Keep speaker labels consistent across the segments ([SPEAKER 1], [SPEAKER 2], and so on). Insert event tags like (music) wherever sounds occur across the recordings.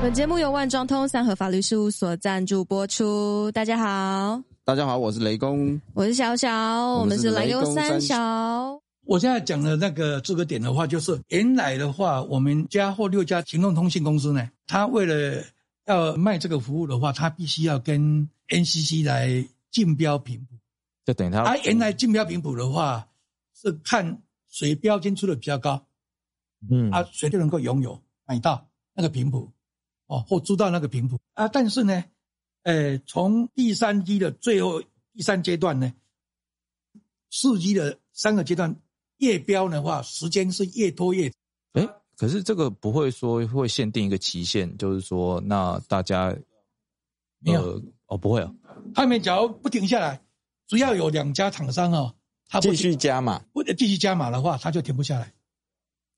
[SPEAKER 1] 本节目由万庄通三和法律事务所赞助播出。大家好，
[SPEAKER 2] 大家好，我是雷公。
[SPEAKER 1] 我是小小，我们是
[SPEAKER 2] 雷
[SPEAKER 1] 来
[SPEAKER 2] 公
[SPEAKER 1] 三
[SPEAKER 2] 三
[SPEAKER 1] 小。
[SPEAKER 3] 我现在讲的那个这个点的话，就是原来的话，我们家或六家行动通信公司呢，它为了要卖这个服务的话，它必须要跟 NCC 来竞标评估。
[SPEAKER 4] 就等于他
[SPEAKER 3] 它原来竞标评估的话，是看谁标金出的比较高，
[SPEAKER 4] 嗯
[SPEAKER 3] 啊，谁就能够拥有买到那个频谱，哦，或租到那个频谱啊。但是呢，呃，从第三季的最后第三阶段呢，四季的三个阶段越标的话，时间是越拖越长。
[SPEAKER 4] 哎，可是这个不会说会限定一个期限，就是说那大家
[SPEAKER 3] 没有
[SPEAKER 4] 呃、哦不会啊，
[SPEAKER 3] 他们假如不停下来，只要有两家厂商哦，他不
[SPEAKER 2] 继续加码，
[SPEAKER 3] 不继续加码的话，他就停不下来。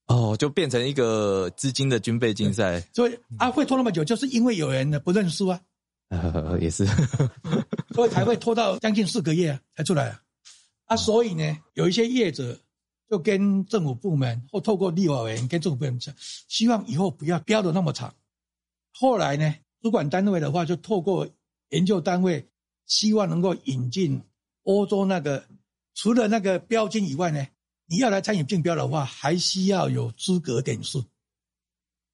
[SPEAKER 4] 哦就变成一个资金的军备竞
[SPEAKER 3] (laughs)
[SPEAKER 4] 赛，
[SPEAKER 3] 所以啊，会拖那么久，就是因为有人呢不认输啊，
[SPEAKER 4] 呃也是
[SPEAKER 3] 所以才会拖到将近四个月啊才出来啊。啊，所以呢，有一些业者就跟政府部门或透过立法委员跟政府部门讲，希望以后不要标的那么长。后来呢，主管单位的话就透过研究单位，希望能够引进欧洲那个除了那个标金以外呢，你要来参与竞标的话，还需要有资格点数。
[SPEAKER 4] (laughs)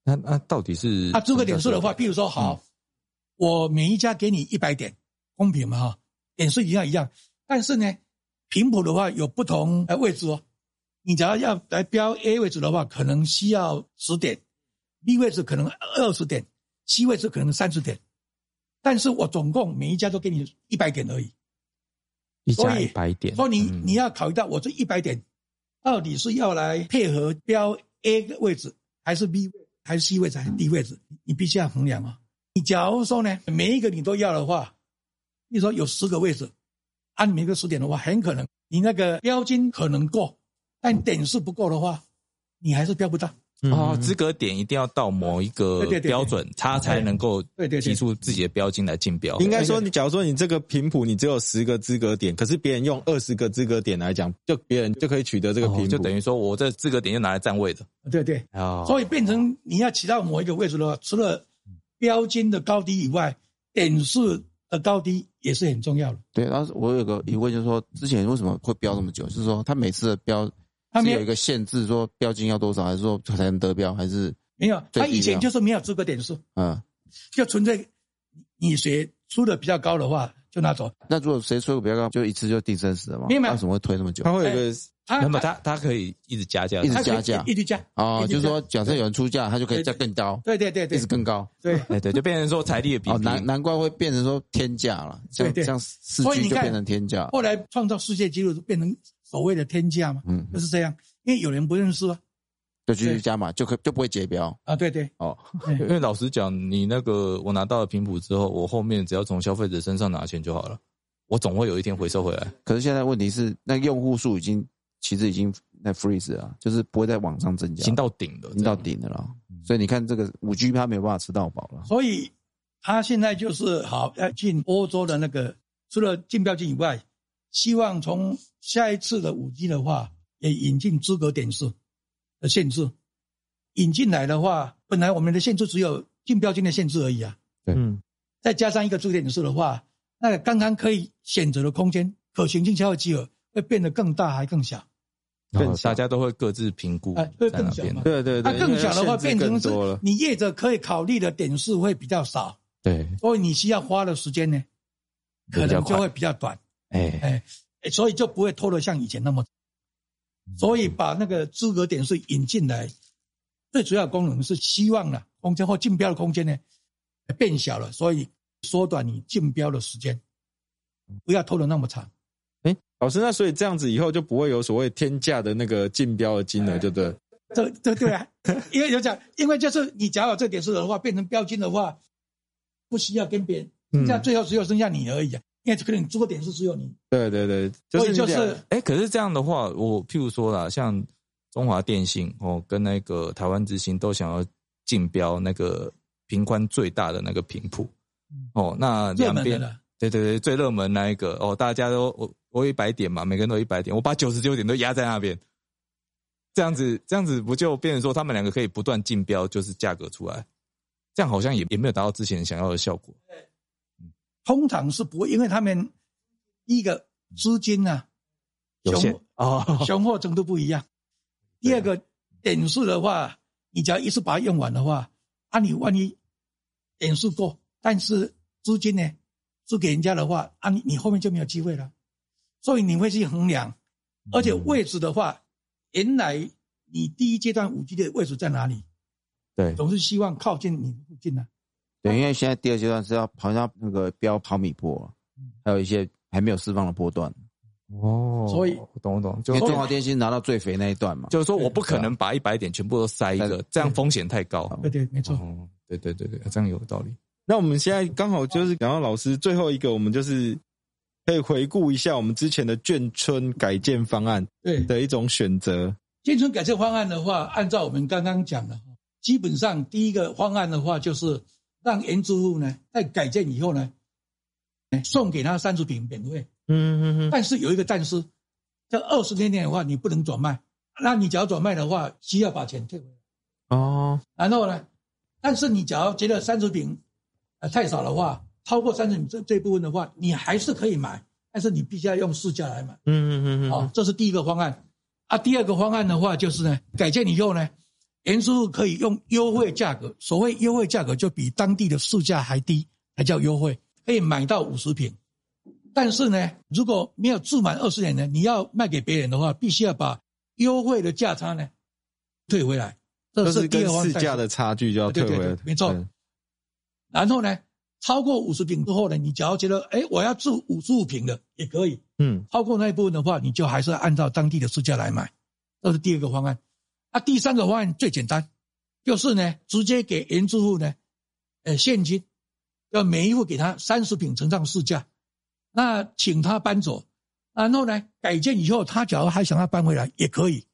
[SPEAKER 4] 那那到底是
[SPEAKER 3] 啊，诸葛点数的话，譬如说好，我每一家给你一百点，公平嘛哈，点数一样一样。但是呢，频谱的话有不同呃位置哦。你只要要来标 A 位置的话，可能需要十点；B 位置可能二十点；C 位置可能三十点。但是我总共每一家都给你一百点而已，
[SPEAKER 4] 一
[SPEAKER 3] 所
[SPEAKER 4] 加
[SPEAKER 3] 以
[SPEAKER 4] 一百点，
[SPEAKER 3] 所以你
[SPEAKER 4] 嗯
[SPEAKER 3] 你要考虑到我这一百点到底是要来配合标 A 个位置，还是 B 位置还是 C 位置还是 D 位置，你必须要衡量啊。你假如说呢，每一个你都要的话，比如说有十个位置，按、你每个十点的话，很可能你那个标金可能够，但点数不够的话，你还是标不到。
[SPEAKER 4] 哦资格点一定要到某一个
[SPEAKER 3] 对对对对
[SPEAKER 4] 标准，他才能够
[SPEAKER 3] 对对对
[SPEAKER 4] 提出自己的标金来竞标，
[SPEAKER 2] 应该说，你假如说你这个频谱你只有十个资格点，可是别人用二十个资格点来讲，就别人就可以取得这个频
[SPEAKER 4] 哦
[SPEAKER 2] 谱，
[SPEAKER 4] 就等于说我这资格点就拿来占位的
[SPEAKER 3] 对对，
[SPEAKER 4] 啊
[SPEAKER 2] 哦
[SPEAKER 3] 所以变成你要起到某一个位置的话，除了标金的高低以外，点数的高低也是很重要的。
[SPEAKER 2] 对。然后我有个疑问，就是说之前为什么会标这么久？就是说他每次的标，
[SPEAKER 3] 他
[SPEAKER 2] 是
[SPEAKER 3] 没
[SPEAKER 2] 有一
[SPEAKER 3] 有
[SPEAKER 2] 个限制，说标金要多少，还是说才能得标，还是
[SPEAKER 3] 没有，
[SPEAKER 2] 最
[SPEAKER 3] 他
[SPEAKER 2] 低
[SPEAKER 3] 以
[SPEAKER 2] 量
[SPEAKER 3] 前就是没有资格点数，
[SPEAKER 2] 嗯？
[SPEAKER 3] 就纯粹你谁出的比较高的话就拿走。
[SPEAKER 2] 那如果谁说比较高，就一次就定生死了嘛？
[SPEAKER 3] 没有没有
[SPEAKER 2] 为什么会推那么久
[SPEAKER 4] 他？会有一个
[SPEAKER 3] 他
[SPEAKER 4] 那么他他可以一直加价，
[SPEAKER 2] 一直
[SPEAKER 3] (laughs) 他可以
[SPEAKER 2] 加价
[SPEAKER 3] 一直加
[SPEAKER 2] 哦，
[SPEAKER 3] 一直
[SPEAKER 2] 就是
[SPEAKER 3] 加
[SPEAKER 2] 说，假设有人出价，他就可以再更高，
[SPEAKER 3] 对对对
[SPEAKER 2] 一
[SPEAKER 3] 对
[SPEAKER 2] 直更高。
[SPEAKER 3] 对，
[SPEAKER 4] 哎对，就变成说财力的比
[SPEAKER 2] 哦，
[SPEAKER 4] 拼
[SPEAKER 2] 难难怪会变成说天价了，这样
[SPEAKER 3] 对对
[SPEAKER 2] 这样市
[SPEAKER 3] 所以
[SPEAKER 2] 区
[SPEAKER 3] 你
[SPEAKER 2] 就
[SPEAKER 3] 看
[SPEAKER 2] 变成天价。
[SPEAKER 3] 后来创造世界纪录，变成所谓的天价嘛，
[SPEAKER 2] 嗯，
[SPEAKER 3] 就是这样。因为有人不认识啊，
[SPEAKER 2] 就继续
[SPEAKER 3] 对
[SPEAKER 2] 加码，就可就不会结标
[SPEAKER 3] 啊，对对，
[SPEAKER 2] 哦。
[SPEAKER 4] 因为老实讲，你那个我拿到了频谱之后，我后面只要从消费者身上拿钱就好了，我总会有一天回收回来。
[SPEAKER 2] 可是现在问题是，那用户数已经其实已经在 freeze 了，啊就是不会再往上增
[SPEAKER 4] 已
[SPEAKER 2] 加，
[SPEAKER 4] 经到顶了，
[SPEAKER 2] 已经到顶的了。所以你看这个五 G 它没有办法吃到饱了，
[SPEAKER 3] 所以他现在就是好要进欧洲的那个，除了竞标金以外，希望从下一次的五 G 的话，也引进资格点数的限制。引进来的话，本来我们的限制只有竞标金的限制而已啊，
[SPEAKER 4] 这样。嗯，
[SPEAKER 3] 再加上一个资格点数的话，那刚刚可以选择的空间、可行性消费金额会变得更大还更小。
[SPEAKER 4] 然后
[SPEAKER 2] 更小
[SPEAKER 4] 大家都会各自评估
[SPEAKER 3] 哎
[SPEAKER 4] 在
[SPEAKER 3] 会
[SPEAKER 4] 哪
[SPEAKER 3] 更小
[SPEAKER 4] 边
[SPEAKER 3] 嘛。
[SPEAKER 2] 对对
[SPEAKER 3] 那、啊更小的话，变成是
[SPEAKER 2] 多了。
[SPEAKER 3] 你业者可以考虑的点数会比较少，
[SPEAKER 4] 对，
[SPEAKER 3] 所以你需要花的时间呢，可能就会比较短。
[SPEAKER 4] 哎，
[SPEAKER 3] 哎，所以就不会拖得像以前那么。所以把那个资格点数引进来，最主要功能是希望呢，空间或竞标的空间呢变小了，所以缩短你竞标的时间，不要拖得那么长。
[SPEAKER 2] 老师，那所以这样子以后就不会有所谓天价的那个竞标的金额，对不对？
[SPEAKER 3] 这这对啊，因为有讲，因为就是你假如这点数的话，变成标金的话，不需要跟别人，人家最后只有剩下你而已啊，因为可能你做点数只有你，
[SPEAKER 2] 对对对，
[SPEAKER 3] 所以就是
[SPEAKER 4] 哎，可是这样的话，我譬如说啦，像中华电信哦，跟那个台湾之星都想要竞标那个频宽最大的那个频谱哦，那
[SPEAKER 3] 嗯热
[SPEAKER 4] 两
[SPEAKER 3] 门的
[SPEAKER 4] 边
[SPEAKER 3] 了。
[SPEAKER 4] 对对对，最热门那一个哦，大家都我我一百点嘛，每个人都一百点，我把九十九点都压在那边，这样子这样子不就变成说他们两个可以不断竞标，就是价格出来
[SPEAKER 5] 这样好像也也没有达到之前想要的效果。
[SPEAKER 3] 通常是不会，因为他们第一个资金啊，
[SPEAKER 5] 有限
[SPEAKER 3] 雄
[SPEAKER 5] 哦， (laughs)
[SPEAKER 3] 雄厚程度不一样。第二个点数的话，你只要一次把它用完的话，啊，你万一点数够，但是资金呢输给人家的话，啊，你你后面就没有机会了。所以你会去衡量，
[SPEAKER 5] 嗯
[SPEAKER 3] 而且位置的话，原来你第一阶段五 G 的位置在哪里，
[SPEAKER 5] 对
[SPEAKER 3] 总是希望靠近你附近啊。
[SPEAKER 2] 对，因为现在第二阶段是要好像那个标毫米波，还有一些还没有释放的波段，
[SPEAKER 5] 哦，
[SPEAKER 3] 所以
[SPEAKER 5] 我懂我懂，
[SPEAKER 2] 因
[SPEAKER 5] 就
[SPEAKER 2] 为中华电信拿到最肥那一段嘛，
[SPEAKER 5] 就是说我不可
[SPEAKER 4] 啊
[SPEAKER 5] 能把一百点全部都塞一个，这样风险太高。
[SPEAKER 3] 对
[SPEAKER 4] 嗯
[SPEAKER 3] 对，没错。
[SPEAKER 5] 哦，对对对对，这样有道理。
[SPEAKER 4] 那我们现在刚好就是讲到老师最后一个，我们就是可以回顾一下我们之前的眷村改建方案
[SPEAKER 3] 对，
[SPEAKER 4] 的一种选择。
[SPEAKER 3] 建村改正方案的话，按照我们刚刚讲的，基本上第一个方案的话，就是让原住户呢在改建以后呢，哎送给他三十平免费，
[SPEAKER 4] 嗯嗯嗯，
[SPEAKER 3] 但是有一个但是，这二十年内的话，你不能转卖。那你只要转卖的话，需要把钱退回来。
[SPEAKER 4] 哦，
[SPEAKER 3] 然后呢，但是你只要觉得三十平呃太少的话，超过三十平这这一部分的话，你还是可以买，但是你必须要用市价来买。
[SPEAKER 4] 嗯嗯嗯
[SPEAKER 3] 啊、这是第一个方案。啊，第二个方案的话就是呢，改建以后呢，原租户可以用优惠价格，所谓优惠价格就比当地的市价还低，才叫优惠，可以买到五十平。但是呢，如果没有住满二十年呢，你要卖给别人的话，必须要把优惠的价差呢退回来，这
[SPEAKER 4] 就是
[SPEAKER 3] 是第
[SPEAKER 4] 跟
[SPEAKER 3] 二方
[SPEAKER 4] 市
[SPEAKER 3] 案。
[SPEAKER 4] 价的差距就要退
[SPEAKER 3] 对对
[SPEAKER 4] 回
[SPEAKER 3] 对
[SPEAKER 4] 来，
[SPEAKER 3] 没错
[SPEAKER 4] 对
[SPEAKER 3] 然后呢，超过五十平之后呢，你只要觉得，哎，我要住五十五平的也可以，
[SPEAKER 4] 嗯，
[SPEAKER 3] 超过那一部分的话，你就还是按照当地的市价来买，这是第二个方案。啊，第三个方案最简单，就是呢，直接给原住户呢，呃，现金，要每一户给他三十平乘上市价，那请他搬走，然后呢，改建以后，他假如还想要搬回来也可以，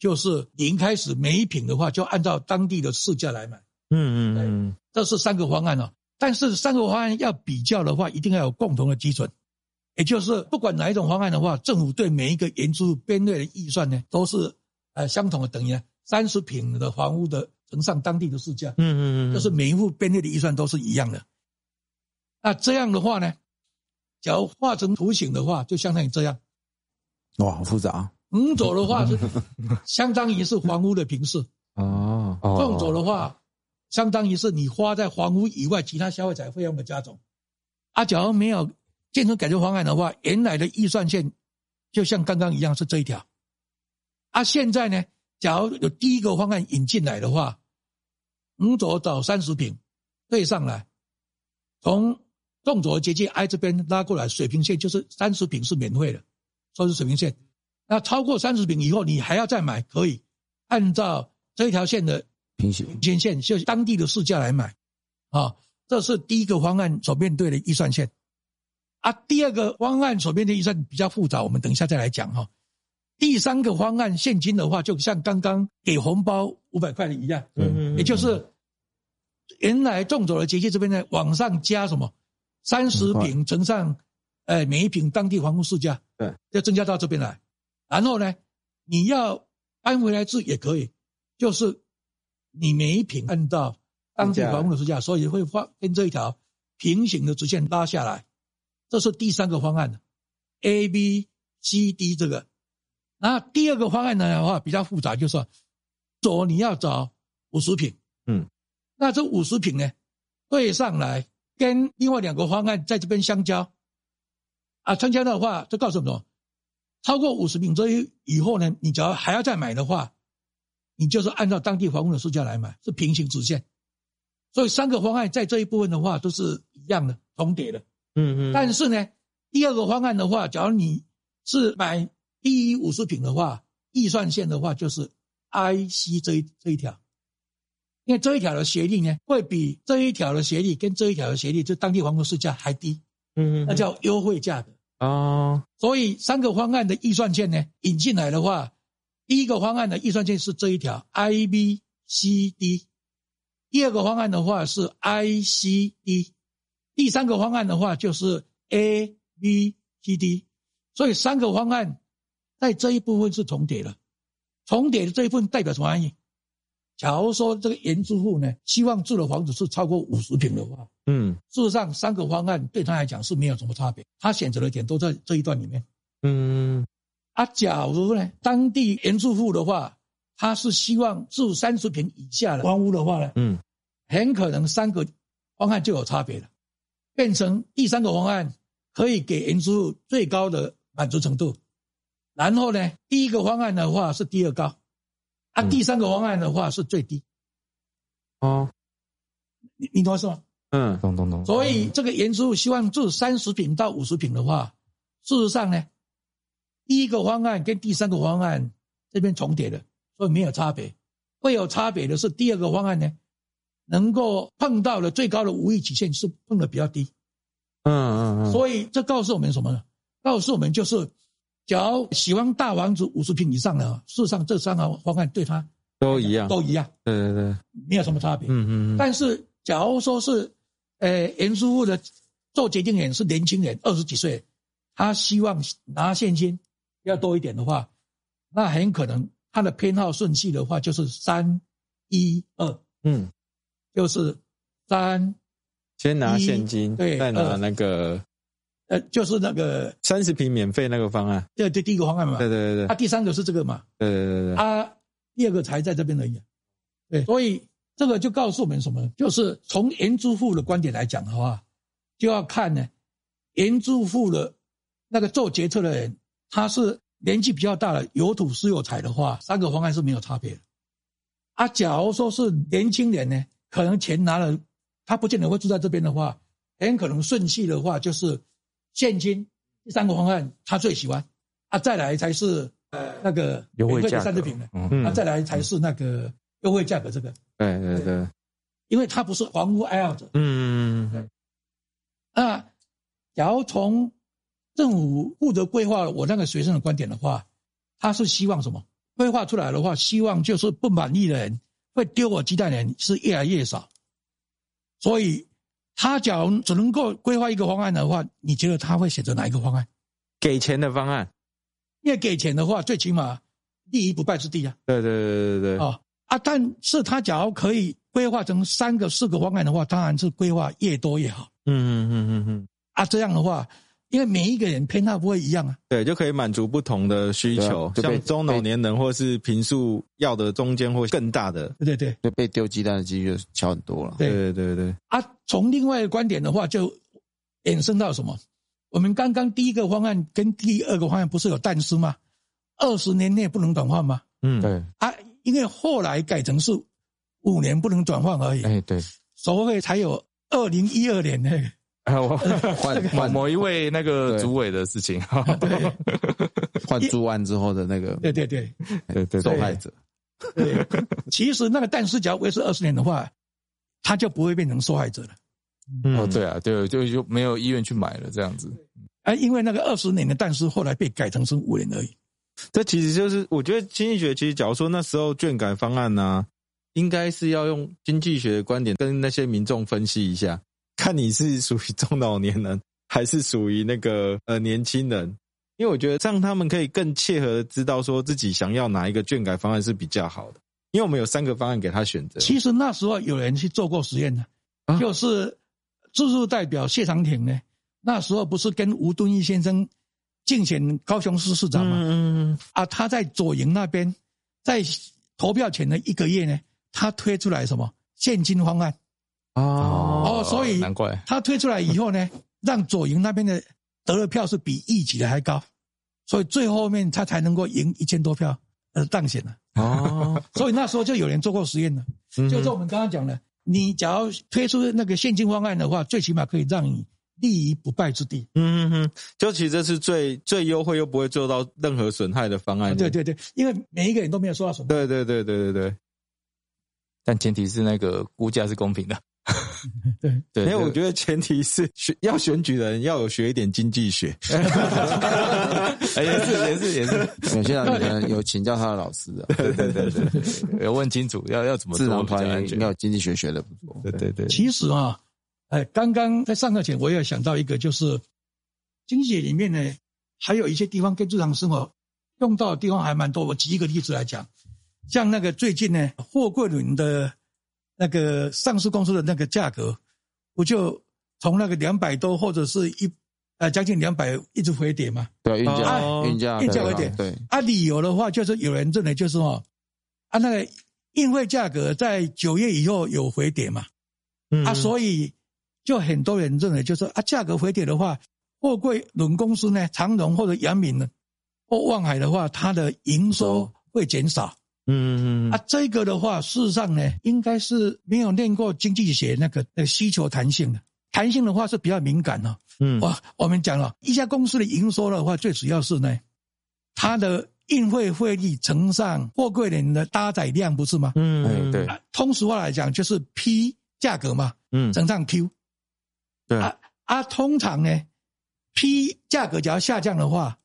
[SPEAKER 3] 就是零开始每一平的话，就按照当地的市价来买。
[SPEAKER 4] 嗯嗯嗯，
[SPEAKER 3] 这是三个方案哦。但是三个方案要比较的话，一定要有共同的基准，也就是不管哪一种方案的话，政府对每一个原住编列的预算呢，都是呃相同的，等于三十平的房屋的乘上当地的市价，
[SPEAKER 4] 嗯嗯嗯，
[SPEAKER 3] 就是每一户编列的预算都是一样的。那这样的话呢，假如画成图形的话，就相当于这样。
[SPEAKER 2] 哇，好复杂啊，
[SPEAKER 3] 横轴的话是相当于是房屋的平视，
[SPEAKER 4] 哦，
[SPEAKER 3] 纵走的话，相当于是你花在房屋以外其他消费者费用的加总。啊，假如没有建成改革方案的话，原来的预算线就像刚刚一样是这一条。啊，现在呢，假如有第一个方案引进来的话，五左找三十平对上来，从纵轴接近 I 这边拉过来，水平线就是三十平是免费的，说是水平线。那超过三十平以后，你还要再买，可以按照这一条线的
[SPEAKER 2] 平行
[SPEAKER 3] 平均线，就是当地的市价来买，啊，这是第一个方案所面对的预算线，啊，第二个方案所面对的预算比较复杂，我们等一下再来讲哈、第三个方案现金的话，就像刚刚给红包五百块的一样，
[SPEAKER 4] 嗯
[SPEAKER 3] 也就是原来纵走的结界这边呢，往上加什么三十平乘上，呃，每一平当地房屋市价，
[SPEAKER 2] 对，
[SPEAKER 3] 要增加到这边来。然后呢，你要搬回来住也可以，就是你每一平按照当地房屋的市价，所以会画跟这一条平行的直线拉下来。这是第三个方案，A、B、C、D 这个。那第二个方案呢的话比较复杂，就是说，左你要找五十平，
[SPEAKER 4] 嗯，
[SPEAKER 3] 那这五十平呢对上来跟另外两个方案在这边相交，啊，相交的话就告诉我们，超过五十平这一以后呢，你只要还要再买的话，你就是按照当地房屋的市价来买，是平行直线。所以三个方案在这一部分的话都是一样的，重叠的。
[SPEAKER 4] 嗯嗯，
[SPEAKER 3] 但是呢，第二个方案的话，假如你是买低于五十平的话，预算线的话就是 I C 这一这一条，因为这一条的学历呢，会比这一条的学历跟这一条的学历，就当地房屋市价还低，
[SPEAKER 4] 嗯
[SPEAKER 3] 那叫优惠价格。
[SPEAKER 4] 哦，
[SPEAKER 3] 所以三个方案的预算线呢引进来的话，第一个方案的预算线是这一条 I B C D，第二个方案的话是 I C D，第三个方案的话就是 A B C D，所以三个方案在这一部分是重叠的，重叠的这一部分代表什么含义？假如说这个原住户呢，希望住的房子是超过五十平的话，
[SPEAKER 4] 嗯
[SPEAKER 3] 事实上三个方案对他来讲是没有什么差别，他选择的点都在这一段里面。
[SPEAKER 4] 嗯
[SPEAKER 3] 啊，假如呢，当地原住户的话，他是希望住三十平以下的房屋的话呢，
[SPEAKER 4] 嗯，
[SPEAKER 3] 很可能三个方案就有差别了，变成第三个方案可以给原住户最高的满足程度，然后呢，第一个方案的话是第二高，啊，
[SPEAKER 4] 嗯
[SPEAKER 3] 第三个方案的话是最低，
[SPEAKER 4] 哦
[SPEAKER 3] 你你懂我意思吗？
[SPEAKER 4] 嗯
[SPEAKER 5] 咚咚咚。
[SPEAKER 3] 所以这个原住户希望住三十平到五十平的话，事实上呢，第一个方案跟第三个方案这边重叠的，所以没有差别。会有差别的是第二个方案呢，能够碰到了最高的无意极限是碰的比较低，
[SPEAKER 4] 嗯嗯嗯，
[SPEAKER 3] 所以这告诉我们什么呢？告诉我们就是，假如喜欢大房子五十平以上的啊，事实上这三个方案对他
[SPEAKER 4] 都一样，
[SPEAKER 3] 都一样，
[SPEAKER 4] 对对对，
[SPEAKER 3] 没有什么差别。
[SPEAKER 4] 嗯嗯嗯，
[SPEAKER 3] 但是假如说是，呃，严师傅的做决定人是年轻人，二十几岁，他希望拿现金要多一点的话，那很可能他的偏好顺序的话就是三一二，
[SPEAKER 4] 嗯，
[SPEAKER 3] 就是三
[SPEAKER 4] 先拿现金，
[SPEAKER 3] 一对
[SPEAKER 4] 再拿
[SPEAKER 3] 二
[SPEAKER 4] 那个
[SPEAKER 3] 呃，就是那个
[SPEAKER 4] 三十平免费那个方案，
[SPEAKER 3] 这这第一个方案嘛，
[SPEAKER 4] 对对对
[SPEAKER 3] 啊，
[SPEAKER 4] 对
[SPEAKER 3] 第三个是这个嘛，
[SPEAKER 4] 对对对对，
[SPEAKER 3] 啊，第二个才在这边而已啊。对，所以这个就告诉我们什么呢？就是从原住户的观点来讲的话，就要看呢，原住户的那个做决策的人，他是年纪比较大的，有土是有财的话，三个方案是没有差别的。啊，假如说是年轻人呢，可能钱拿了，他不见得会住在这边的话，很可能顺序的话就是现金，第三个方案他最喜欢，啊，再来才是呃那个
[SPEAKER 5] 优惠
[SPEAKER 3] 免费的
[SPEAKER 5] 价格
[SPEAKER 3] 三十平的，
[SPEAKER 5] 嗯，
[SPEAKER 4] 嗯，
[SPEAKER 3] 啊，再来才是那个优惠价格这个，
[SPEAKER 4] 对对对，
[SPEAKER 3] 因为他不是房屋爱好者。
[SPEAKER 4] 嗯嗯
[SPEAKER 3] 那假如从政府负责规划我那个学生的观点的话，他是希望什么？规划出来的话，希望就是不满意的人会丢我鸡蛋的人是越来越少，所以他假如只能够规划一个方案的话，你觉得他会选择哪一个方案？
[SPEAKER 4] 给钱的方案，
[SPEAKER 3] 因为给钱的话，最起码立于不败之地啊。
[SPEAKER 4] 对对对对对，
[SPEAKER 3] 啊啊！但是他假如可以规划成三个、四个方案的话，当然是规划越多越好
[SPEAKER 4] 嗯嗯嗯嗯嗯，
[SPEAKER 3] 啊。这样的话，因为每一个人偏好不会一样啊。
[SPEAKER 4] 对，就可以满足不同的需求，
[SPEAKER 2] 对啊就被
[SPEAKER 4] 像中老年人或是平数要的中间或更大的，
[SPEAKER 3] 对对对
[SPEAKER 2] 就被丢鸡蛋的几率就小很多了。
[SPEAKER 3] 对
[SPEAKER 4] 对对对对，
[SPEAKER 3] 啊！从另外一个观点的话，就衍生到什么？我们刚刚第一个方案跟第二个方案不是有但是吗？二十年内不能转换吗？
[SPEAKER 4] 嗯，
[SPEAKER 5] 对，
[SPEAKER 3] 啊，因为后来改成是五年不能转换而已，
[SPEAKER 5] 哎对，
[SPEAKER 3] 所以才有二零一二年那个。
[SPEAKER 5] 啊 (laughs) 我
[SPEAKER 2] 换
[SPEAKER 5] 某
[SPEAKER 2] 换
[SPEAKER 5] 某一位那个主委的事情，对
[SPEAKER 2] 换猪案之后的那个
[SPEAKER 3] 对对对，
[SPEAKER 5] 对对
[SPEAKER 2] 受
[SPEAKER 5] 对，
[SPEAKER 2] 害者，
[SPEAKER 3] 对，其实那个但是只要维持二十年的话，他就不会变成受害者了。
[SPEAKER 4] 嗯
[SPEAKER 5] 哦对啊，对，就就没有意愿去买了这样子，
[SPEAKER 3] 啊，因为那个二十年的但是后来被改成是五年而已。
[SPEAKER 4] 这其实就是我觉得经济学，其实假如说那时候卷改方案呢、应该是要用经济学的观点跟那些民众分析一下，看你是属于中老年人还是属于那个呃年轻人，因为我觉得让他们可以更切合的知道说自己想要哪一个卷改方案是比较好的，因为我们有三个方案给他选择。
[SPEAKER 3] 其实那时候有人去做过实验的，
[SPEAKER 4] 啊
[SPEAKER 3] 就是自助代表谢长廷呢，那时候不是跟吴敦义先生竞选高雄市市长嘛？
[SPEAKER 4] 嗯嗯
[SPEAKER 3] 啊，他在左营那边，在投票前的一个月呢，他推出来什么现金方案？
[SPEAKER 4] 嗯哦
[SPEAKER 3] 哦所以
[SPEAKER 5] 难怪
[SPEAKER 3] 他推出来以后呢，让左营那边的得的票是比一级的还高，所以最后面他才能够赢一千多票，呃，当选了。
[SPEAKER 4] 哦，
[SPEAKER 3] 所以那时候就有人做过实验了，
[SPEAKER 4] 嗯
[SPEAKER 3] 就是我们刚刚讲的，你假如推出那个现金方案的话，最起码可以让你立于不败之地。
[SPEAKER 4] 嗯嗯嗯，就其实这是最最优惠又不会做到任何损害的方案。
[SPEAKER 3] 对对对，因为每一个人都没有受到什么。
[SPEAKER 4] 啊对对对对对对。
[SPEAKER 5] 但前提是那个估价是公平的。
[SPEAKER 3] (laughs) 对
[SPEAKER 5] 对，
[SPEAKER 4] 没有，
[SPEAKER 5] 这
[SPEAKER 4] 我
[SPEAKER 5] 个
[SPEAKER 4] 觉得前提是选要选举的人要有学一点经济学。
[SPEAKER 5] 哎也是也是也
[SPEAKER 2] (laughs)
[SPEAKER 5] 是，
[SPEAKER 2] 有些人可能有请教他的老师的，
[SPEAKER 5] 对对对对对，要问清楚要要怎么
[SPEAKER 2] 自
[SPEAKER 5] 做
[SPEAKER 2] 然
[SPEAKER 5] 比较
[SPEAKER 2] 团
[SPEAKER 5] 安
[SPEAKER 2] 员
[SPEAKER 5] 全
[SPEAKER 2] 应该。有经济学学的不错。
[SPEAKER 5] 对对对，
[SPEAKER 3] 其实啊，哎，刚刚在上课前我也想到一个，就是经济学里面呢，还有一些地方跟日常生活用到的地方还蛮多。我举一个例子来讲，像那个最近呢，货柜轮的那个上市公司的那个价格，不就从那个两百多或者是一呃将近两百一直回跌嘛？
[SPEAKER 2] 对，运价
[SPEAKER 4] 哦
[SPEAKER 2] 运价
[SPEAKER 3] 运价
[SPEAKER 2] 对
[SPEAKER 3] 有点
[SPEAKER 2] 对，
[SPEAKER 3] 啊，理由的话就是有人认为就是哦，啊那个运费价格在九月以后有回跌嘛，
[SPEAKER 4] 嗯
[SPEAKER 3] 啊，所以就很多人认为就是啊，价格回跌的话，货柜轮公司呢，长荣或者阳明呢，或望海的话，它的营收会减少。
[SPEAKER 4] 嗯嗯嗯
[SPEAKER 3] 啊，这个的话，事实上呢，应该是没有练过经济学那个那个需求弹性的，弹性的话是比较敏感哦。
[SPEAKER 4] 嗯
[SPEAKER 3] 我我们讲了一家公司的营收的话，最主要是呢，它的运费汇率乘上货柜轮的搭载量，不是吗？
[SPEAKER 4] 嗯
[SPEAKER 5] 哎，对，，
[SPEAKER 3] 啊，通俗话来讲就是 P 价格嘛，
[SPEAKER 4] 嗯
[SPEAKER 3] 乘上 Q。
[SPEAKER 4] 对
[SPEAKER 3] 啊啊，通常呢，P 价格只要下降的话，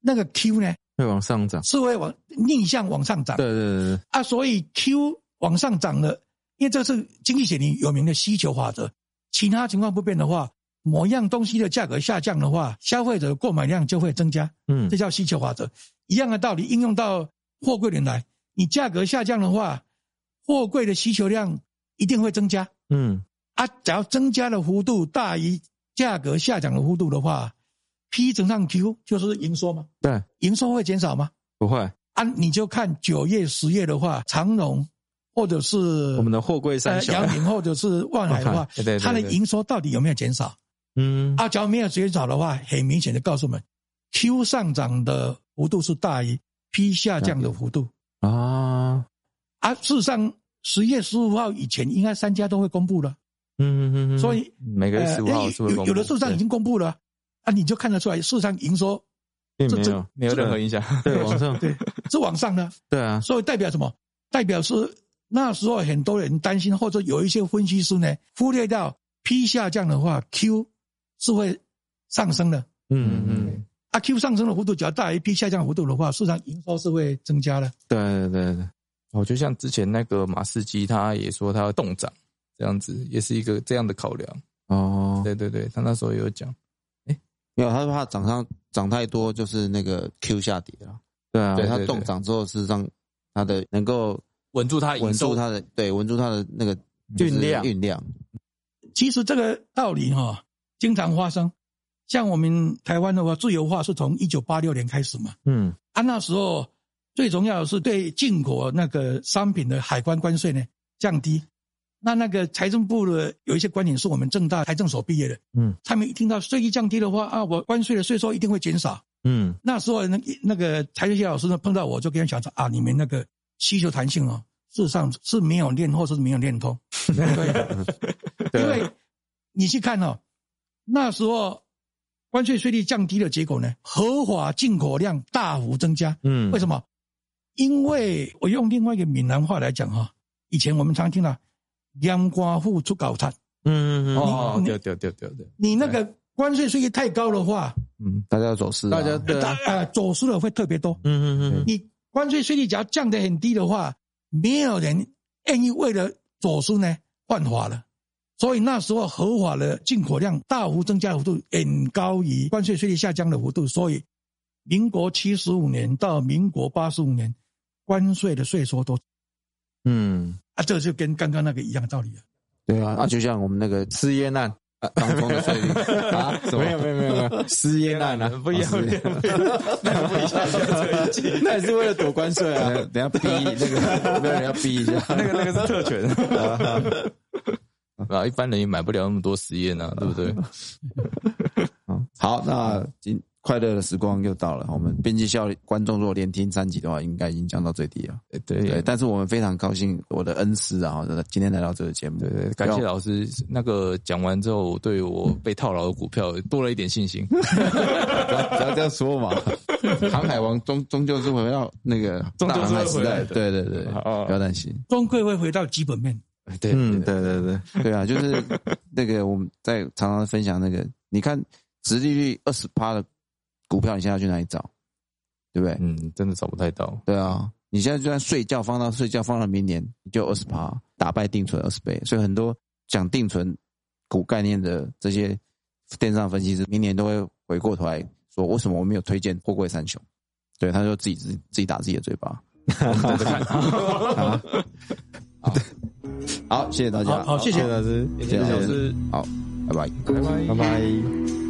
[SPEAKER 3] 那个 Q 呢
[SPEAKER 4] 会往上涨，
[SPEAKER 3] 是会往逆向往上涨。
[SPEAKER 4] 对对对对，
[SPEAKER 3] 啊，所以 Q 往上涨了，因为这是经济学里有名的需求法则。其他情况不变的话，某样东西的价格下降的话，消费者的购买量就会增加，
[SPEAKER 4] 嗯
[SPEAKER 3] 这叫需求法则。一样的道理应用到货柜里来，你价格下降的话，货柜的需求量一定会增加
[SPEAKER 4] 嗯
[SPEAKER 3] 啊。只要增加的幅度大于价格下降的幅度的话，P 乘上 Q 就是营收嘛，
[SPEAKER 4] 对，
[SPEAKER 3] 营收会减少吗？
[SPEAKER 4] 不会，
[SPEAKER 3] 啊，你就看九月、十月的话，长荣或者是
[SPEAKER 4] 我们的货柜三
[SPEAKER 3] 呃
[SPEAKER 4] 小
[SPEAKER 3] 阳，明或者是万海的话
[SPEAKER 5] 对对对
[SPEAKER 3] 它的
[SPEAKER 5] 对
[SPEAKER 3] 营收到底有没有减少？
[SPEAKER 4] 嗯
[SPEAKER 3] 啊，假如没有减少的话，很明显的告诉我们，Q 上涨的幅度是大于 P 下降的幅度。
[SPEAKER 4] 啊，
[SPEAKER 3] 啊，事实上，十月十五号以前，应该三家都会公布了，
[SPEAKER 4] 嗯嗯嗯，
[SPEAKER 3] 所以
[SPEAKER 5] 每个月
[SPEAKER 3] 呃
[SPEAKER 5] 十五号是
[SPEAKER 3] 有
[SPEAKER 5] 会
[SPEAKER 3] 有
[SPEAKER 5] 公
[SPEAKER 3] 有的
[SPEAKER 5] 布
[SPEAKER 3] 事实上已经公布了，啊，你就看得出来，事实上营收
[SPEAKER 4] 并
[SPEAKER 3] 这
[SPEAKER 4] 没
[SPEAKER 3] 这
[SPEAKER 4] 有
[SPEAKER 5] 没有任何影响，
[SPEAKER 4] 对往上，对
[SPEAKER 3] (laughs) 是往上的，
[SPEAKER 4] 对啊，
[SPEAKER 3] 所以代表什么？代表是那时候很多人担心，或者有一些分析师呢忽略到 P 下降的话，Q 是会上升的。
[SPEAKER 4] 嗯嗯，
[SPEAKER 3] 啊，Q 上升的幅度只要大于 P 下降的幅度的话，市场营收是会增加的。
[SPEAKER 4] 对对对对，
[SPEAKER 5] 我哦就像之前那个马士基，他也说他要动涨，这样子也是一个这样的考量。
[SPEAKER 4] 哦，
[SPEAKER 5] 对对对，他那时候也有讲，
[SPEAKER 2] 没有，他说怕涨上涨太多，就是那个 Q 下跌了。
[SPEAKER 4] 对啊，
[SPEAKER 2] 对
[SPEAKER 5] 对
[SPEAKER 2] 它
[SPEAKER 5] 对
[SPEAKER 2] 动涨之后，事实上它的能够
[SPEAKER 5] 稳住他营
[SPEAKER 2] 稳
[SPEAKER 5] 收，
[SPEAKER 2] 住它的对稳住它的那个
[SPEAKER 4] 运
[SPEAKER 2] 就是
[SPEAKER 4] 量
[SPEAKER 2] 运量。
[SPEAKER 3] 其实这个道理哈、经常发生。像我们台湾的话，自由化是从一九八六年开始嘛，
[SPEAKER 4] 嗯
[SPEAKER 3] 啊，那时候最重要的是对进口那个商品的海关关税呢降低。那那个财政部的有一些官员是我们正大财政所毕业的，
[SPEAKER 4] 嗯
[SPEAKER 3] 他们一听到税率降低的话啊，我关税的税收一定会减少。
[SPEAKER 4] 嗯
[SPEAKER 3] 那时候那那个财税学老师呢碰到我就跟他讲说啊，你们那个需求弹性哦，事实上是没有练或是没有练通，对，因为你去看哦，那时候关税税率降低的结果呢，合法进口量大幅增加，
[SPEAKER 4] 嗯，
[SPEAKER 3] 为
[SPEAKER 4] 么
[SPEAKER 3] 什么？因为我用另外一个闽南话来讲哈、以前我们常听到“盐瓜户出搞产
[SPEAKER 4] 嗯嗯嗯，
[SPEAKER 5] 哦，
[SPEAKER 3] 你
[SPEAKER 5] 对对对对对，”，
[SPEAKER 3] 你那个关税税率太高的话，
[SPEAKER 5] 嗯，
[SPEAKER 2] 大家要走势啊，
[SPEAKER 4] 大家对
[SPEAKER 3] 大
[SPEAKER 4] 啊，
[SPEAKER 3] 啊、走私的会特别多。
[SPEAKER 4] 嗯嗯嗯
[SPEAKER 3] 你关税税率只要降得很低的话，没有人愿意为了走私呢犯法了。所以那时候合法的进口量大幅增加的幅度远高于关税税率下降的幅度，所以民国七十五年到民国八十五年，关税的税收都
[SPEAKER 4] 嗯，
[SPEAKER 3] 啊，这就跟刚刚那个一样的道理啊。
[SPEAKER 2] 对啊，啊，就像我们那 (laughs) 个
[SPEAKER 4] 失业 (laughs) 难
[SPEAKER 2] 当中的税率啊，什么
[SPEAKER 4] 没有没有没有没有失业难啊，
[SPEAKER 5] 不一样，不一样不一样那不一样，这一
[SPEAKER 4] (laughs)
[SPEAKER 5] 集
[SPEAKER 4] 那也是为了躲关税啊，
[SPEAKER 2] 等下逼那 (laughs) 个，没有人要逼一下。
[SPEAKER 5] 那个那个是特权。啊，一般人也买不了那么多实验啊，对不对？
[SPEAKER 2] 好，那今快乐的时光又到了。我们编辑校观众如果连听三集的话，应该已经降到最低了。
[SPEAKER 5] 对
[SPEAKER 2] 对，
[SPEAKER 5] 对
[SPEAKER 2] 但是我们非常高兴，我的恩师啊，今天来到这个节目，
[SPEAKER 5] 对对，感谢老师。那个讲完之后，我对我被套牢的股票多了一点信心。
[SPEAKER 2] 不要不要这样说嘛。 (laughs) 航海王终终究是回到那个
[SPEAKER 5] 终
[SPEAKER 2] 大
[SPEAKER 5] 究是
[SPEAKER 2] 航海时
[SPEAKER 5] 会回来
[SPEAKER 2] 代，
[SPEAKER 5] 的
[SPEAKER 2] 对对对，
[SPEAKER 5] 好
[SPEAKER 2] 不要担心。
[SPEAKER 3] 终归会回到基本面。
[SPEAKER 5] 对
[SPEAKER 4] (laughs) 嗯，对对对，
[SPEAKER 5] (laughs)
[SPEAKER 2] 对啊，就是那个我们在常常分享那个，你看，殖利率二十趴的股票，你现在要去哪里找？对不对？
[SPEAKER 5] 嗯，真的找不太到。
[SPEAKER 2] 对啊，你现在就算睡觉放到睡觉放到明年，你就二十趴，打败定存二十倍。所以很多讲定存股概念的这些电商分析师，明年都会
[SPEAKER 5] (laughs)
[SPEAKER 2] 回过头来说，为什么我没有推荐货柜三雄？对，他就自己自己自己打自己的嘴巴。 (laughs) 我们等着看。好好，谢谢大家，
[SPEAKER 3] 好好，谢谢
[SPEAKER 4] 谢谢老师，
[SPEAKER 2] 谢谢老师
[SPEAKER 4] 谢谢，
[SPEAKER 2] 好，拜拜。
[SPEAKER 5] 拜拜
[SPEAKER 4] 拜。拜。